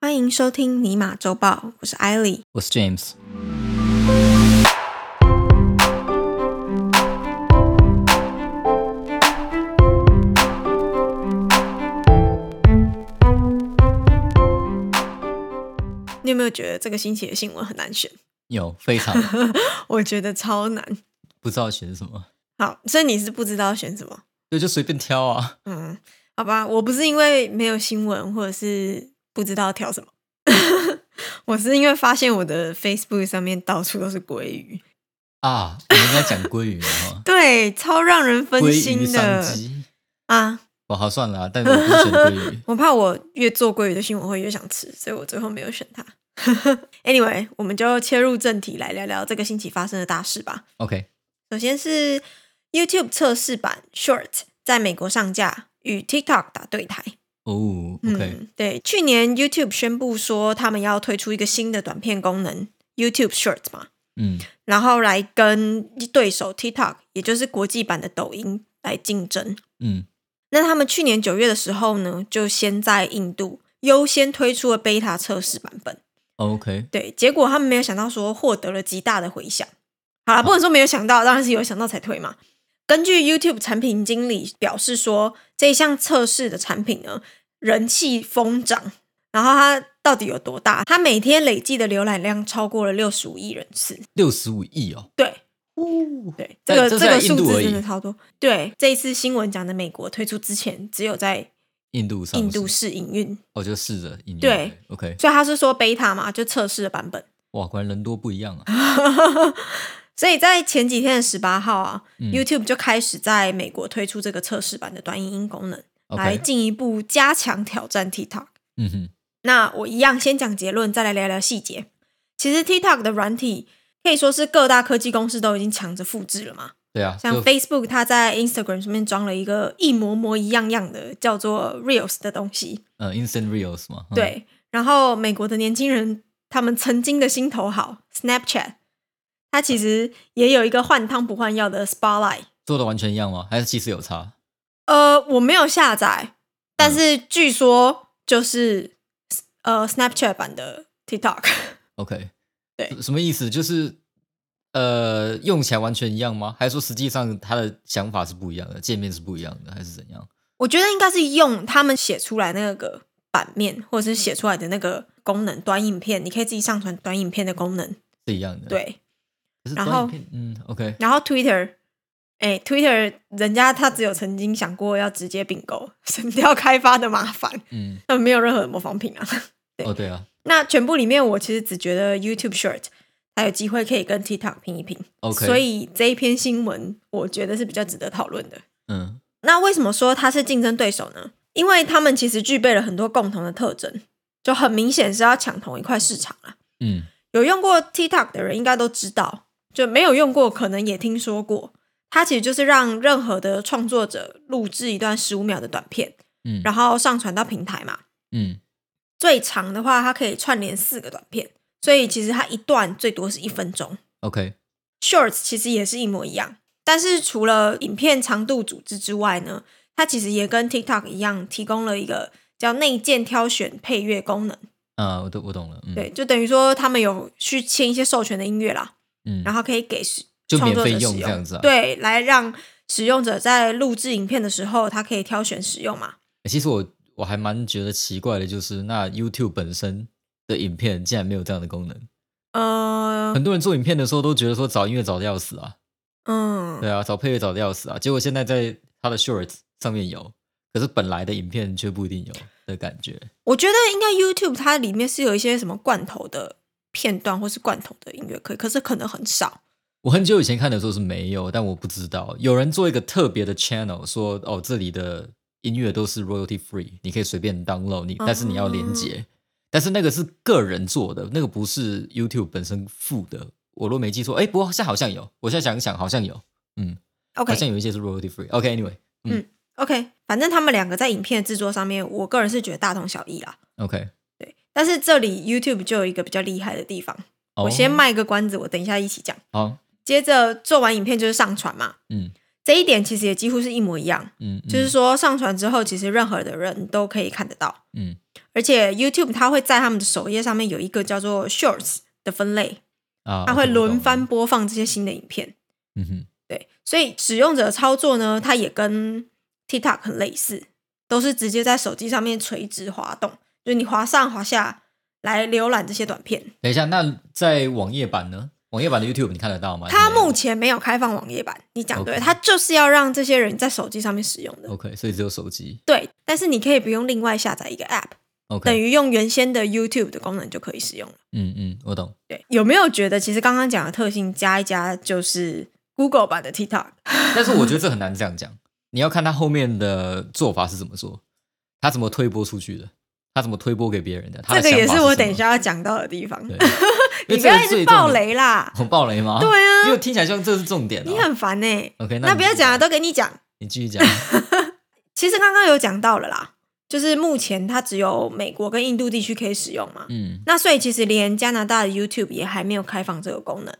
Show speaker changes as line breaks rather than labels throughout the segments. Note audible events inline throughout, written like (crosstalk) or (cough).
欢迎收听尼玛周报，我是艾莉。
我是 James。
你有没有觉得这个星期的新闻很难选？
有
(laughs)
非常
我觉得超难。
不知道选什么，
好，所以你是不知道选什么？
就就随便挑啊。
嗯，好吧，我不是因为没有新闻，或者是不知道挑什么， (laughs) 我是因为发现我的 Facebook 上面到处都是鲑鱼，
啊，我们应该讲鲑鱼嘛，
(laughs)
哈
对，超让人分
鲑鱼
心
商
的
机。
啊！。
哦，好算了啊、但是我不是选鲑鱼
我怕我越做鲑鱼的新闻会越想吃，所以我最后没有选它。anyway，我们就切入正题来聊聊这个星期发生的大事吧。
OK，
首先是 YouTube 测试版 Short 在美国上架，与 TikTok 打对台。
哦，OK，、
嗯，对，去年 YouTube 宣布说他们要推出一个新的短片功能 YouTube Short 嘛，
嗯
然后来跟对手 TikTok，也就是国际版的抖音来竞争。
嗯
那他们去年九月的时候呢，就先在印度优先推出了 beta 测试版本。
哦，OK，
对，结果他们没有想到说获得了极大的回响。好了，不能说没有想到，当然是有想到才推嘛。根据 YouTube 产品经理表示说，这一项测试的产品呢，人气疯涨。然后它到底有多大？它每天累计的浏览量超过了六十五亿人次。
六十五亿哦。
对
哦，
对，这个
这
这
是在
个数
印度
字
而已
真的超多。对，这一次新闻讲的美国推出之前，只有在
印度上市，
印度试营运，
我就试着印度。
对
，OK，
所以他是说 beta 嘛，就测试的版本。
哇，果然人多不一样啊。
(laughs) 所以在前几天的十八号啊、
嗯
y o u t u b e 就开始在美国推出这个测试版的短影音功能，来
OK，
进一步加强挑战 TikTok。
嗯哼，
那我一样先讲结论，再来聊聊细节。其实 TikTok 的软体可以说是各大科技公司都已经抢着复制了嘛，
对啊，
像
就
Facebook 它在 Instagram 上面装了一个一模模一样样的叫做 Reels 的东西，
呃 Instant Reels 嘛，嗯，
对，然后美国的年轻人，他们曾经的心头好 Snapchat，它其实也有一个换汤不换药的 Spotlight。
做的完全一样吗？还是其实有差？
呃，我没有下载，但是据说就是呃 Snapchat 版的 TikTok。
OK，
对
什什么意思？就是呃，用起来完全一样吗？还是说实际上他的想法是不一样的，界面是不一样的，还是怎样？
我觉得应该是用他们写出来那个版面，或者是写出来的那个功能，短影片，你可以自己上传短影片的功能。
是一样的。，
对，
可是
然
短
后
影片嗯，OK，
然后 Twitter，哎，Twitter 人家他只有曾经想过要直接并购，省掉开发的麻烦，
嗯，
他们没有任何的模仿品啊。 (laughs) 对
哦，对啊
那全部里面，我其实只觉得 YouTube Short 还有机会可以跟 TikTok 拼一拼
，OK，
所以这一篇新闻我觉得是比较值得讨论的。
嗯
那为什么说它是竞争对手呢？因为他们其实具备了很多共同的特征，就很明显是要抢同一块市场啊。
嗯
有用过 TikTok 的人应该都知道，就没有用过可能也听说过。它其实就是让任何的创作者录制一段十五秒的短片，
嗯，
然后上传到平台嘛。
嗯
最长的话，它可以串联四个短片，所以其实它一段最多是一分钟。
，OK，
Shorts 其实也是一模一样，但是除了影片长度组织之外呢，它其实也跟 TikTok 一样，提供了一个叫内建挑选配乐功能。
啊，我都我懂了，嗯，
对，，就等于说他们有去签一些授权的音乐啦，
嗯，
然
后
后可以给使
就
创
免
作
费
者使
用这样子啊
对，来让使用者在录制影片的时候，他可以挑选使用嘛。
其实我我还蛮觉得奇怪的，就是那 YouTube 本身的影片竟然没有这样的功能，
呃，
很多人做影片的时候都觉得说找音乐找的要死啊，
嗯，
对啊，找配乐找的要死啊，结果现在在他的 Shorts 上面有，可是本来的影片却不一定有的感觉。
我觉得应该 YouTube 它里面是有一些什么罐头的片段或是罐头的音乐可以，可是可能很少。
我很久以前看的时候是没有，但我不知道有人做一个特别的 channel，说哦这里的音乐都是 royalty free，你可以随便 download 你，但是你要连
哦
接。但是那个是个人做的，那个不是 YouTube 本身付的。我若没记错，哎，不过现在好像有，我现在想一想好像有，嗯好
OK
像有一些是 royalty free。OK，anyway，、嗯
OK，反正他们两个在影片的制作上面，我个人是觉得大同小异啦。
OK，
对，但是这里 YouTube 就有一个比较厉害的地方，
哦
我先卖个关子，我等一下一起讲。
好，
接着做完影片就是上传嘛，
嗯
这一点其实也几乎是一模一样，
嗯，嗯
就是说上传之后，其实任何的人都可以看得到。
嗯
而且 YouTube 它会在他们的首页上面有一个叫做 Shorts 的分类，
啊，
它会
我懂
轮番，播放这些新的影片。
我懂嗯哼，
对，所以使用者操作呢，它也跟 TikTok 很类似，都是直接在手机上面垂直滑动，就是你滑上滑下来浏览这些短片。
等一下，那在网页版呢？网页版的 YouTube 你看得到吗？
它
没有
目前没有开放网页版，你讲对了
OK 哦
它就是要让这些人在手机上面使用的。
OK，所以只有手机
对，但是你可以不用另外下载一个 App，
OK，
等于用原先的 YouTube 的功能就可以使用了。
嗯嗯，我懂。
对，有没有觉得其实刚刚讲的特性加一加就是 Google 版的 TikTok？
但是我觉得这很难这样讲，你要看他后面的做法是怎么做，他怎么推播出去的，他怎么推播给别人的，他
这
的
个
想
也
法
是
是
我
什
等
么
一，下要讲到的地 (laughs) 方。
对
你不
因为这
要
个
一
是最
直
重
爆
点，
雷啦，
我爆雷吗？
对啊
因为听起来像这是重点、哦。
你很烦呢、欸
OK，那
那
你
不要
继续
讲了，啊都给你讲。
你继
(laughs)
续讲。
其实刚刚有讲到了啦，就是目前它只有美国跟印度地区可以使用嘛。
嗯
那所以其实连加拿大的 YouTube 也还没有开放这个功能，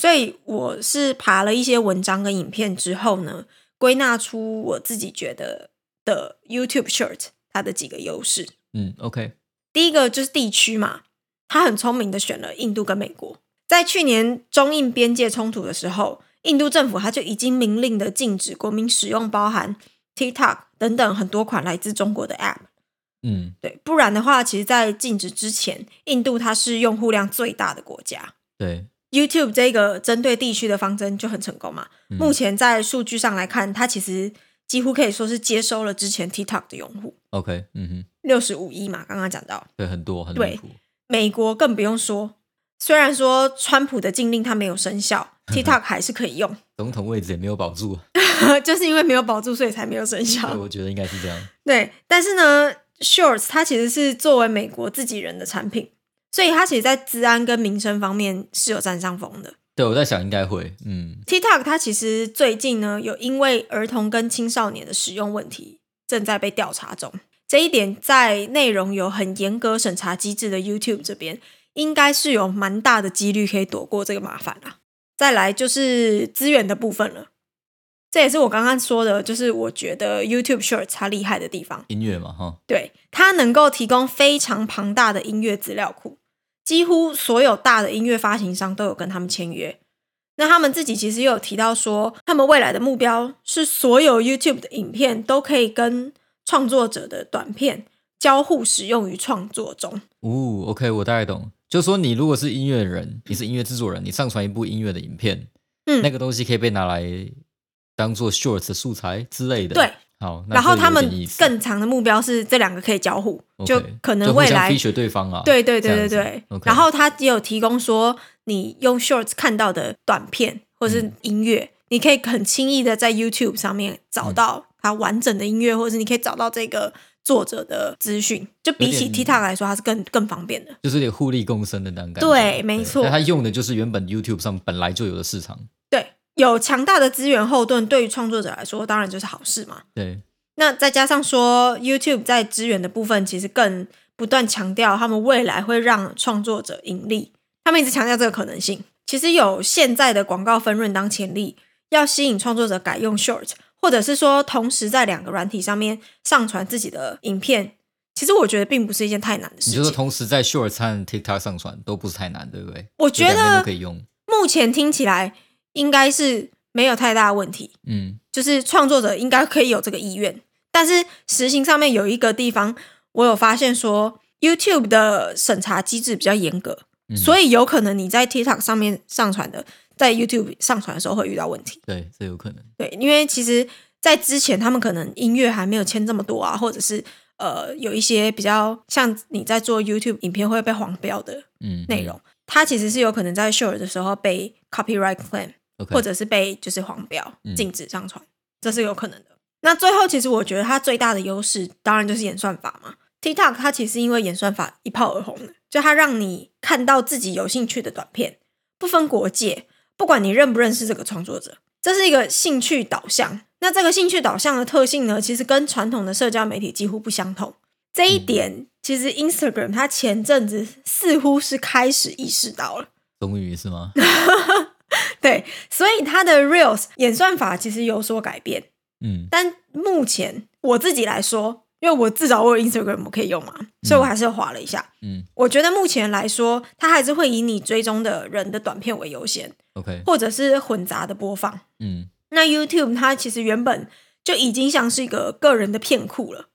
所以我是爬了一些文章跟影片之后呢，归纳出我自己觉得的 YouTube Short 它的几个优势。
嗯，OK，
第一个就是地区嘛，他很聪明的选了印度跟美国。在去年中印边界冲突的时候，印度政府他就已经明令的禁止国民使用包含 TikTok 等等很多款来自中国的 App。
嗯，
对，不然的话，其实，在禁止之前，印度它是用户量最大的国家。
对，
YouTube 这个针对地区的方针就很成功嘛。
嗯
目前在数据上来看，它其实几乎可以说是接收了之前 TikTok 的用户
OK，嗯哼，
六十五亿嘛，刚刚讲到。
对，很多很
对
离谱，
美国更不用说，虽然说川普的禁令它没有生效，TikTok 还是可以用， (laughs)
总统位置也没有保住，
就是因为没有保住，所以才没有生
对，
效。
我觉得应该是这样。
对，但是呢，Shorts 它其实是作为美国自己人的产品，所以它其实在治安跟民生方面是有占上风的。
对，我在想应该会，嗯
TikTok 它其实最近呢，有因为儿童跟青少年的使用问题正在被调查中。这一点在内容有很严格审查机制的 YouTube 这边，应该是有蛮大的几率可以躲过这个麻烦啦。再来就是资源的部分了，这也是我刚刚说的，就是我觉得 YouTube Shorts 它厉害的地方。
音乐嘛，哈，
对，它能够提供非常庞大的音乐资料库，几乎所有大的音乐发行商都有跟他们签约。那他们自己其实也有提到说，他们未来的目标是所有 YouTube 的影片都可以跟创作者的短片交互使用于创作中。
哦，OK，我大概懂。就说你如果是音乐人，你是音乐制作人，你上传一部音乐的影片，
嗯
那个东西可以被拿来当做 shorts 的素材之类的。
对，
好，那
然后
这个
他
有
们
点意思
更长的目标是这两个可以交互
OK，
就可能
互
未
相
来
feature 对方啊。
对对对对
这样子
对。
OK
然后他也有提供说，你用 Shorts 看到的短片或
嗯
是音乐，你可以很轻易的在 YouTube 上面找
嗯
到它完整的音乐，或者是你可以找到这个作者的资讯。就比起
有
TikTok
点
来说，它是更更方便的。
就是有点互利共生的那种感觉。
对没错
但他用的就是原本 YouTube 上本来就有的市场。
对，有强大的资源后盾，对于创作者来说，当然就是好事嘛。
对，
那再加上说，YouTube 在资源的部分，其实更不断强调他们未来会让创作者盈利，他们一直强调这个可能性。其实有现在的广告分润当潜力，要吸引创作者改用 Short，或者是说同时在两个软体上面上传自己的影片，其实我觉得并不是一件太难的事
你就说
情。
同时在 Shorts 和 TikTok 上传都不是太难，对不对？
我觉
这两边都
得
可以用。
目前听起来应该是没有太大的问题。
嗯，
就是创作者应该可以有这个意愿，但是实行上面有一个地方，我有发现说 YouTube 的审查机制比较严格，
嗯
所以有可能你在 TikTok 上面上传的，在 YouTube 上传的时候会遇到问题。
对，这有可能。
对，因为其实，在之前他们可能音乐还没有签这么多啊，或者是呃有一些比较像你在做 YouTube 影片会被黄标的
嗯，
内容，它其实是有可能在 Short 的时候被 copyright claim。
嗯，OK，
或者是被就是黄标
嗯
禁止上传，这是有可能的。那最后，其实我觉得它最大的优势，当然就是演算法嘛。TikTok 它其实因为演算法一炮而红的，就它让你看到自己有兴趣的短片，不分国界，不管你认不认识这个创作者，这是一个兴趣导向。那这个兴趣导向的特性呢，其实跟传统的社交媒体几乎不相同。这
嗯
一点，其实 Instagram 它前阵子似乎是开始意识到了。
终于是吗？
对，所以它的 Reels 演算法其实有所改变，
嗯
但目前我自己来说，因为我至少我有 Instagram 我可以用嘛，所以我还是有划了一下。
嗯
我觉得目前来说，它还是会以你追踪的人的短片为优先，
，OK，
或者是混杂的播放。
嗯
那 YouTube 它其实原本就已经像是一个个人的片库了，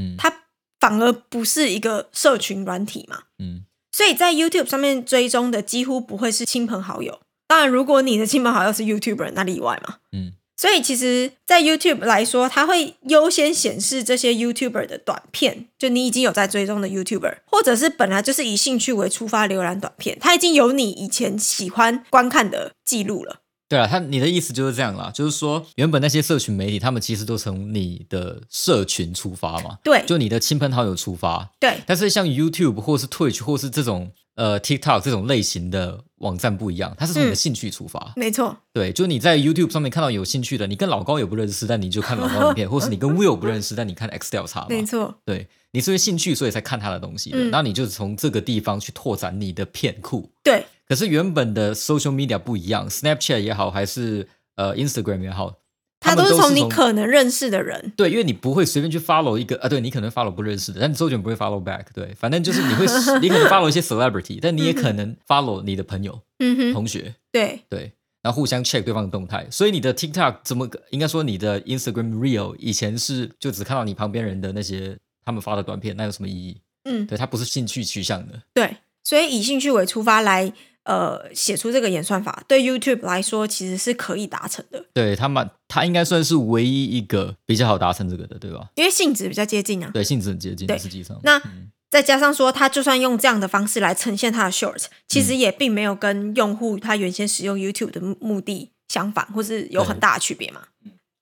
嗯
它反而不是一个社群软体嘛，
嗯
所以在 YouTube 上面追踪的几乎不会是亲朋好友。当然，如果你的亲朋好友是 YouTuber，那例外嘛。
嗯
所以其实，在 YouTube 来说，它会优先显示这些 YouTuber 的短片，就你已经有在追踪的 YouTuber，或者是本来就是以兴趣为出发浏览短片，它已经有你以前喜欢观看的记录了。
对啊，他你的意思就是这样啦，就是说原本那些社群媒体，他们其实都从你的社群出发嘛，
对
就你的亲朋好友出发，
对，
但是像 YouTube 或是 Twitch 或是这种呃 TikTok 这种类型的网站不一样，它是从你的
嗯
兴趣出发。
没错，
对，就你在 YouTube 上面看到有兴趣的，你跟老高也不认识，但你就看老高影片，或是你跟 Will 不认识，但你看 X 调查嘛。
没错。
对，你是因为兴趣所以才看他的东西的，
嗯
那你就从这个地方去拓展你的片库。
对，
可是原本的 social media 不一样，Snapchat 也好，还是呃 Instagram 也好，
它
他们
都
都
是从你
从
可能认识的人，
对，因为你不会随便去 follow 一个啊，对你可能 follow 不认识的，但你周卷不会 follow back。对，反正就是
(laughs)
你会，你可能 follow 一些 celebrity，但你也可能 follow 你的朋友、
嗯嗯哼，
同学，
对，
对，然后互相 check 对方的动态。所以你的 TikTok 怎么应该说你的 Instagram Reel 以前是就只看到你旁边人的那些他们发的短片，那有什么意义？
嗯，
对，它不是兴趣取向的。
对，所以以兴趣为出发来呃写出这个演算法，对 YouTube 来说其实是可以达成的，
对他们，它应该算是唯一一个比较好达成这个的，对吧？
因为性质比较接近啊。
对，性质很接近，
对
实际上。
那
嗯
再加上说，它就算用这样的方式来呈现它的 Shorts，其
嗯
实也并没有跟用户他原先使用 YouTube 的目目的相反，或是有很大的区别嘛。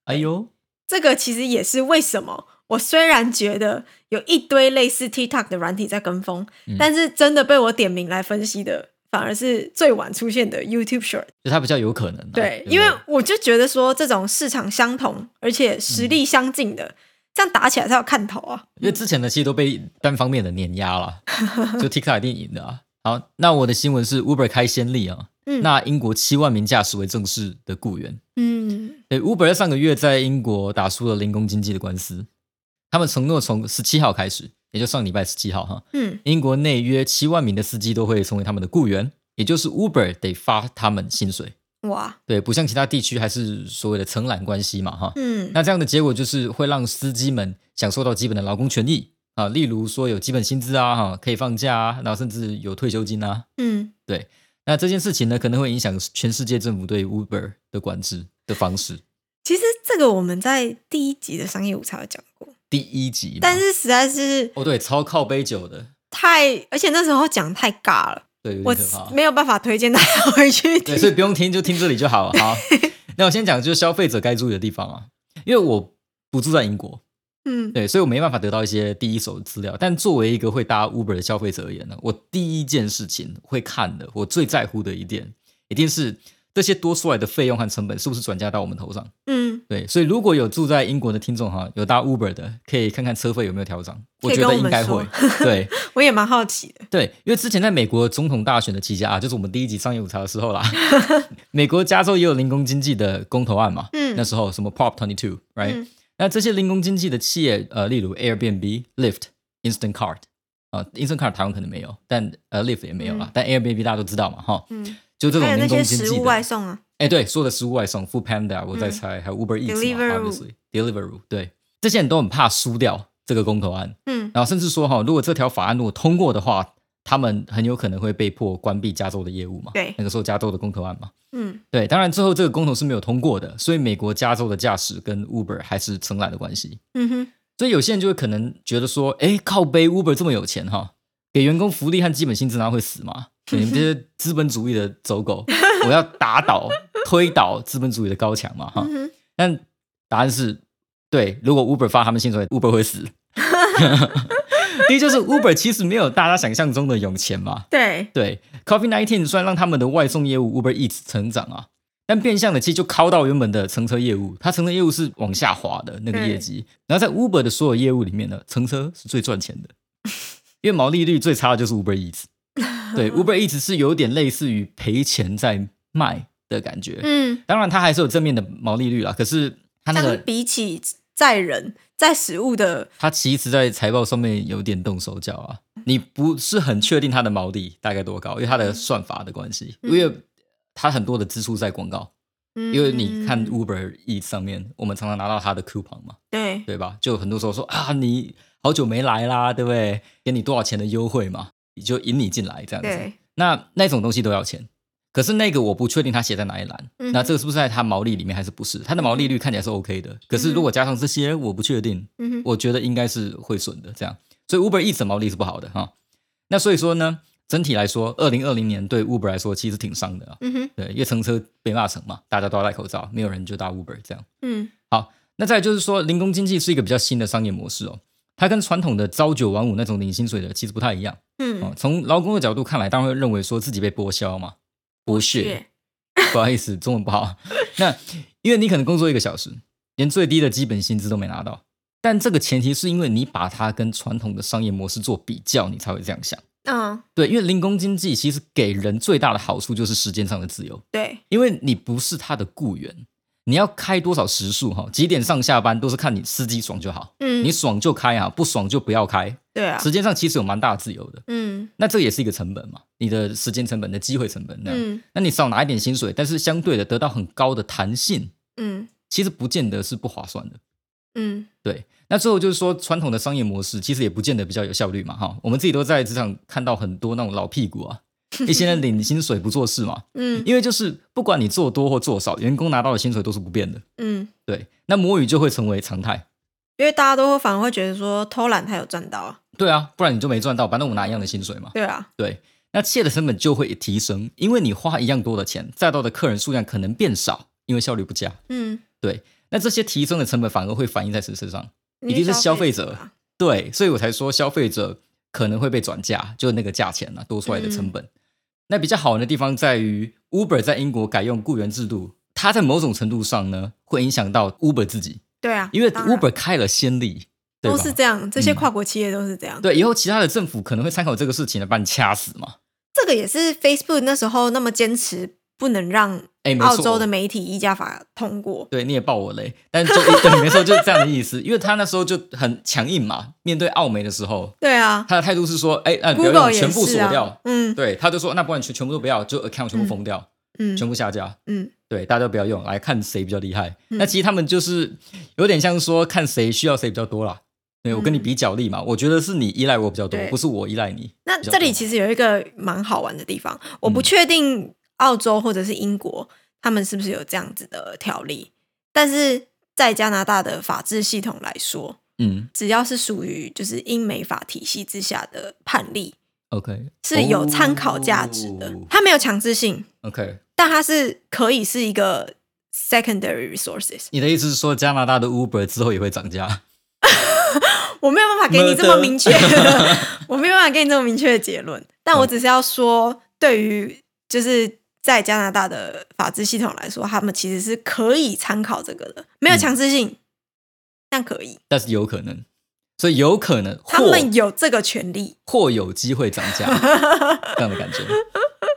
哎呦，
这个其实也是为什么我虽然觉得有一堆类似 TikTok 的软体在跟风，
嗯
但是真的被我点名来分析的，反而是最晚出现的 YouTube Short。
就它比较有可能啊、
对，
不
因为我就觉得说这种市场相同而且实力相近的，这样打起来才有看头啊。
因为之前的其实都被单方面的碾压了，就 TikTok 一定赢的啊。好，那我的新闻是 Uber 开先例啊，
嗯
那英国七万名驾驶为正式的雇员。
嗯，
对，Uber 在上个月在英国打输了零工经济的官司，他们承诺从十七号开始，也就上礼拜十七号哈，
嗯，
英国内约七万名的司机都会成为他们的雇员，也就是 Uber 得发他们薪水。
嗯哇，
对，不像其他地区还是所谓的承揽关系嘛哈，
嗯，
那这样的结果就是会让司机们享受到基本的劳工权益啊，例如说有基本薪资啊，哈，可以放假啊，然后甚至有退休金啊。
嗯，
那这件事情呢，可能会影响全世界政府对 Uber 的管制的方式。
其实这个我们在第一集的商业午餐有讲过，
第一集嘛，
但是实在是
哦，对，超靠杯酒的，
太，而且那时候讲太尬了，
对，有
我
点可怕。
没有办法推荐大家回去听
(laughs) 对，。所以不用听，就听这里就好。
(laughs)
好，那我先讲就是消费者该注意的地方啊，因为我不住在英国，
嗯，
对，所以我没办法得到一些第一手资料。但作为一个会搭 Uber 的消费者而言呢，我第一件事情会看的，我最在乎的一点，一定是这些多出来的费用和成本是不是转嫁到我们头上。
嗯，
对，所以如果有住在英国的听众哈，有搭 Uber 的，可以看看车费有没有调整。我
可以
觉
跟
得
我
应
们
该
说
会。对
我也蛮好奇的。
对，因为之前在美国总统大选的期间啊，就是我们第一集商业午茶的时
(laughs)
候啦，美国加州也有零工经济的公投案嘛。
嗯
(laughs) 那时候什么 Prop Twenty Two，right？、
嗯
那这些零工经济的企业，呃，例如 Airbnb、Lyft、Instant Card 啊、i n s t a n t Card 台湾可能没有，但呃 Lyft 也没有啦。
嗯
但 Airbnb 大家都知道嘛，哈，
嗯，
就这种
还有那
零工
些
经
食
济
物外
的，
送啊，
哎，对，说的食物外送，Food Panda 我在猜，还有 Uber Eats 嘛
Deliveroo
，obviously Deliveroo，对，这些人都很怕输掉这个公投案， (laughs)
嗯
然后甚至说哈，如果这条法案如果通过的话，他们很有可能会被迫关闭加州的业务嘛，
对
那个时候加州的公投案嘛，
嗯
对，当然最后这个公投是没有通过的，所以美国加州的驾驶跟 Uber 还是承揽的关系。
嗯哼，
所以有些人就会可能觉得说，哎，靠背 Uber 这么有钱哈，给员工福利和基本薪资，难道会死吗？你们这些资本主义的走狗，我要打倒、推倒资本主义的高墙嘛哈
嗯。哼，
但答案是对，如果 Uber 发他们薪水，Uber 会死。 (laughs) 第一就是 Uber 其实没有大家想象中的有钱嘛，
对，
对，Coffee Nineteen 虽然让他们的外送业务 Uber Eats 成长啊，但变相的其实就靠到原本的乘车业务，它乘车业务是往下滑的那个业绩。然后在 Uber 的所有业务里面呢，乘车是最赚钱的，因为毛利率最差的就是 Uber Eats。对，Uber Eats 是有点类似于赔钱在卖的感觉。
嗯，
当然，它还是有正面的毛利率啦，可是它那
但是
个
比起在人在食物的，
它其实在财报上面有点动手脚啊，你不是很确定它的毛利大概多高，因为它的算法的关系，因为它很多的支出在广告，
嗯
因为你看 Uber E 上面，我们常常拿到它的 coupon 嘛，
对，
对吧？就很多时候说啊，你好久没来啦，对不对？给你多少钱的优惠嘛，你就引你进来这样子。
对，
那那种东西都要钱。可是那个我不确定他写在哪一栏，
嗯
那这个是不是在他毛利里面还是不是？他的毛利率看起来是 OK 的，可是如果加上这些，我不确定，
嗯哼，
我觉得应该是会损的。这样，所以 Uber Eats 的毛利是不好的哈。那所以说呢，整体来说，二零二零年对 Uber 来说其实挺伤的啊。
嗯哼，
对，因为乘车被骂成嘛，大家都要戴口罩，没有人就搭 Uber 这样。
嗯
那再来就是说，零工经济是一个比较新的商业模式哦，它跟传统的朝九晚五那种领薪水的其实不太一样。哦
嗯，，
从劳工的角度看来，当然会认为说自己被剥削嘛，剥削，
对，
不好意思，中文不好。那因为你可能工作一个小时，连最低的基本薪资都没拿到，但这个前提是因为你把它跟传统的商业模式做比较，你才会这样想。
嗯，
对，因为零工经济其实给人最大的好处就是时间上的自由，
对，
因为你不是他的雇员，你要开多少时数哈，几点上下班都是看你司机爽就好，
嗯，
你爽就开啊，不爽就不要开。
对啊，
时间上其实有蛮大的自由的。
嗯
那这也是一个成本嘛，你的时间成本、你的机会成本那样。
嗯
那你少拿一点薪水，但是相对的得到很高的弹性，
嗯
其实不见得是不划算的。
嗯
对，那最后就是说，传统的商业模式其实也不见得比较有效率嘛，哈。我们自己都在职场看到很多那种老屁股啊，一些人领薪水不做事嘛，
嗯
因为就是不管你做多或做少，员工拿到的薪水都是不变的。
嗯，
对，那摸鱼就会成为常态。
因为大家都会反而会觉得说偷懒才有赚到啊，
对啊，不然你就没赚到，反正我拿一样的薪水嘛。
对啊，
对，那企业的成本就会提升，因为你花一样多的钱，载到的客人数量可能变少，因为效率不佳。
嗯，
那这些提升的成本反而会反映在谁身上？
你
一定是消费
者
者
啊，
对，所以我才说消费者可能会被转嫁，就是那个价钱啊，多出来的成
嗯
本。那比较好玩的地方在于，Uber 在英国改用雇员制度，它在某种程度上呢，会影响到 Uber 自己，
对啊，
因为
当然
Uber 开了先例，对
都
吧？
是这样，这些
嗯
跨国企业都是这样，
对，以后其他的政府可能会参考这个事情来把你掐死嘛。
这个也是 Facebook 那时候那么坚持不能让
哎，没错，
澳洲的媒体议价法通过。
对，你也爆我雷，但就对，没错，就是这样的意思。因为他那时候就很强硬嘛，面对澳媒的时候，
对啊
他的态度是说，哎，那不要
，Google
用，
也
全部锁
是
掉。
啊，嗯
对，他就说，那不然全全部都不要，就 account 全部封掉，
嗯
全部下架。
嗯
对，大家都不要用，来看谁比较厉害。那其实他们就是有点像说，看谁需要谁比较多啦。对，我跟你比脚力嘛，我觉得是你依赖我比较多
嗯对，
不是我依赖你。
那
比较
这里
多
其实有一个蛮好玩的地方，我不
嗯
确定澳洲或者是英国他们是不是有这样子的条例，但是在加拿大的法治系统来说，
嗯
只要是属于就是英美法体系之下的判例
，OK，
是有参考价值的，它没有强制性，
哦 OK，
但它是可以是一个 secondary resources。
你的意思是说，加拿大的 Uber 之后也会涨价？
我没有办法给你这么明确的， (laughs) 我没有办法给你这么明确的结论，但我只是要说，对于就是在加拿大的法治系统来说，他们其实是可以参考这个的，没有强制性，但可以，
但是有可能，所以有可能
他
或
们有这个权利。
或有机会涨
(laughs)
价这样的感觉。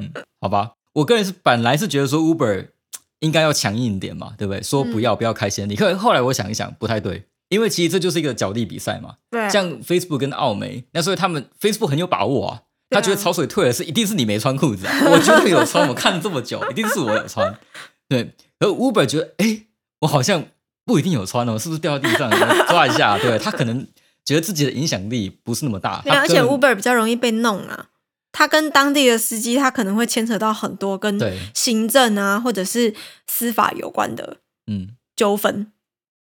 嗯，好吧，我个人是本来是觉得说 Uber 应该要强硬一点嘛，对不对？说
嗯
不要、不要开先例，可后来我想一想不太对，因为其实这就是一个角力比赛嘛。
对啊，
像 Facebook 跟澳媒，那所以他们 Facebook 很有把握啊。
对啊
他觉得潮水退了是一定是你没穿裤子、啊，我绝对有穿，我看这么久，
(laughs)
一定是我有穿。对，而 Uber 觉得，哎，我好像不一定有穿哦，是不是掉到地上我抓一下？对他可能觉得自己的影响力不是那么大，
对啊
他
而且
根本
Uber 比较容易被弄啊，他跟当地的司机，他可能会牵扯到很多跟
对
行政啊或者是司法有关的
嗯，
纠纷。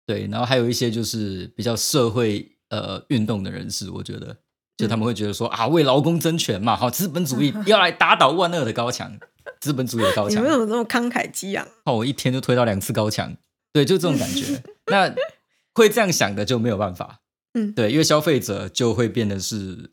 对，然后还有一些就是比较社会呃运动的人士，我觉得就
嗯
他们会觉得说、啊，为劳工争权嘛，好，资本
(laughs)
主义要来打倒万恶的高墙，资本主义的高
你
墙
为，什么这么慷慨激昂？
靠，我一天就推到两次高墙，对，就这种感
(laughs)
觉。那会这样想的就没有办法，
嗯
对，因为消费者就会变得是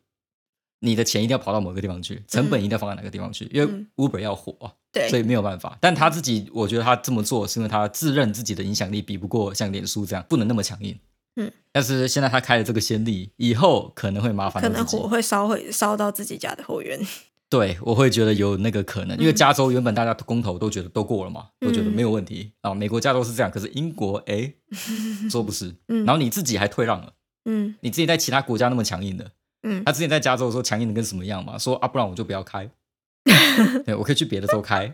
你的钱一定要跑到某个地方去，成本一定要放在哪个地方去，因
嗯
为 Uber 要火啊、
对，
所以没有办法。但他自己，我觉得他这么做是因为他自认自己的影响力比不过像脸书这样，不能那么强硬。
嗯，
但是现在他开了这个先例，以后可能会麻烦
可
到
能
自己
火。会烧会烧到自己家的后院。 (laughs)
对，我会觉得有那个可能，因为加州原本大家公投都觉得都过了嘛，
嗯
都觉得没有问题啊。美国加州是这样，可是英国哎，说不是，
嗯
然后你自己还退让了，
嗯
你自己在其他国家那么强硬的，
嗯
他之前在加州的时候强硬的跟什么样嘛？说啊，不然我就不要开，对我可以去别的州开。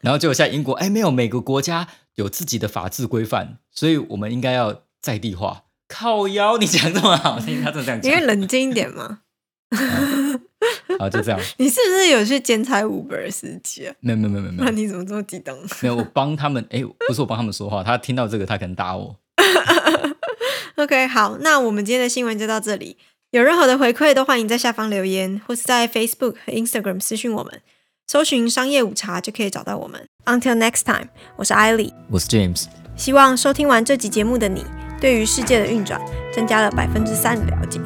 然后结果现在英国，哎，没有，每个国家有自己的法治规范，所以我们应该要在地化。靠腰，你讲这么好听，他真的这样
你可以
讲，
冷静一点嘛。
好，就这样。
(laughs) 你是不是有去兼差 Uber 司机啊？
没有，没有，没有，没有，没
那
有，
你怎么这么激动？ (laughs)
没有。我帮他们，哎，不是我帮他们说话，他听到这个，他可能打我。
OK，好，那我们今天的新闻就到这里。有任何的回馈都欢迎在下方留言，或是在 Facebook 和 Instagram 私讯我们，搜寻“商业午茶”就可以找到我们。Until next time，我是艾莉。
我是 James，
希望收听完这集节目的你，对于世界的运转增加了百分之三的了解。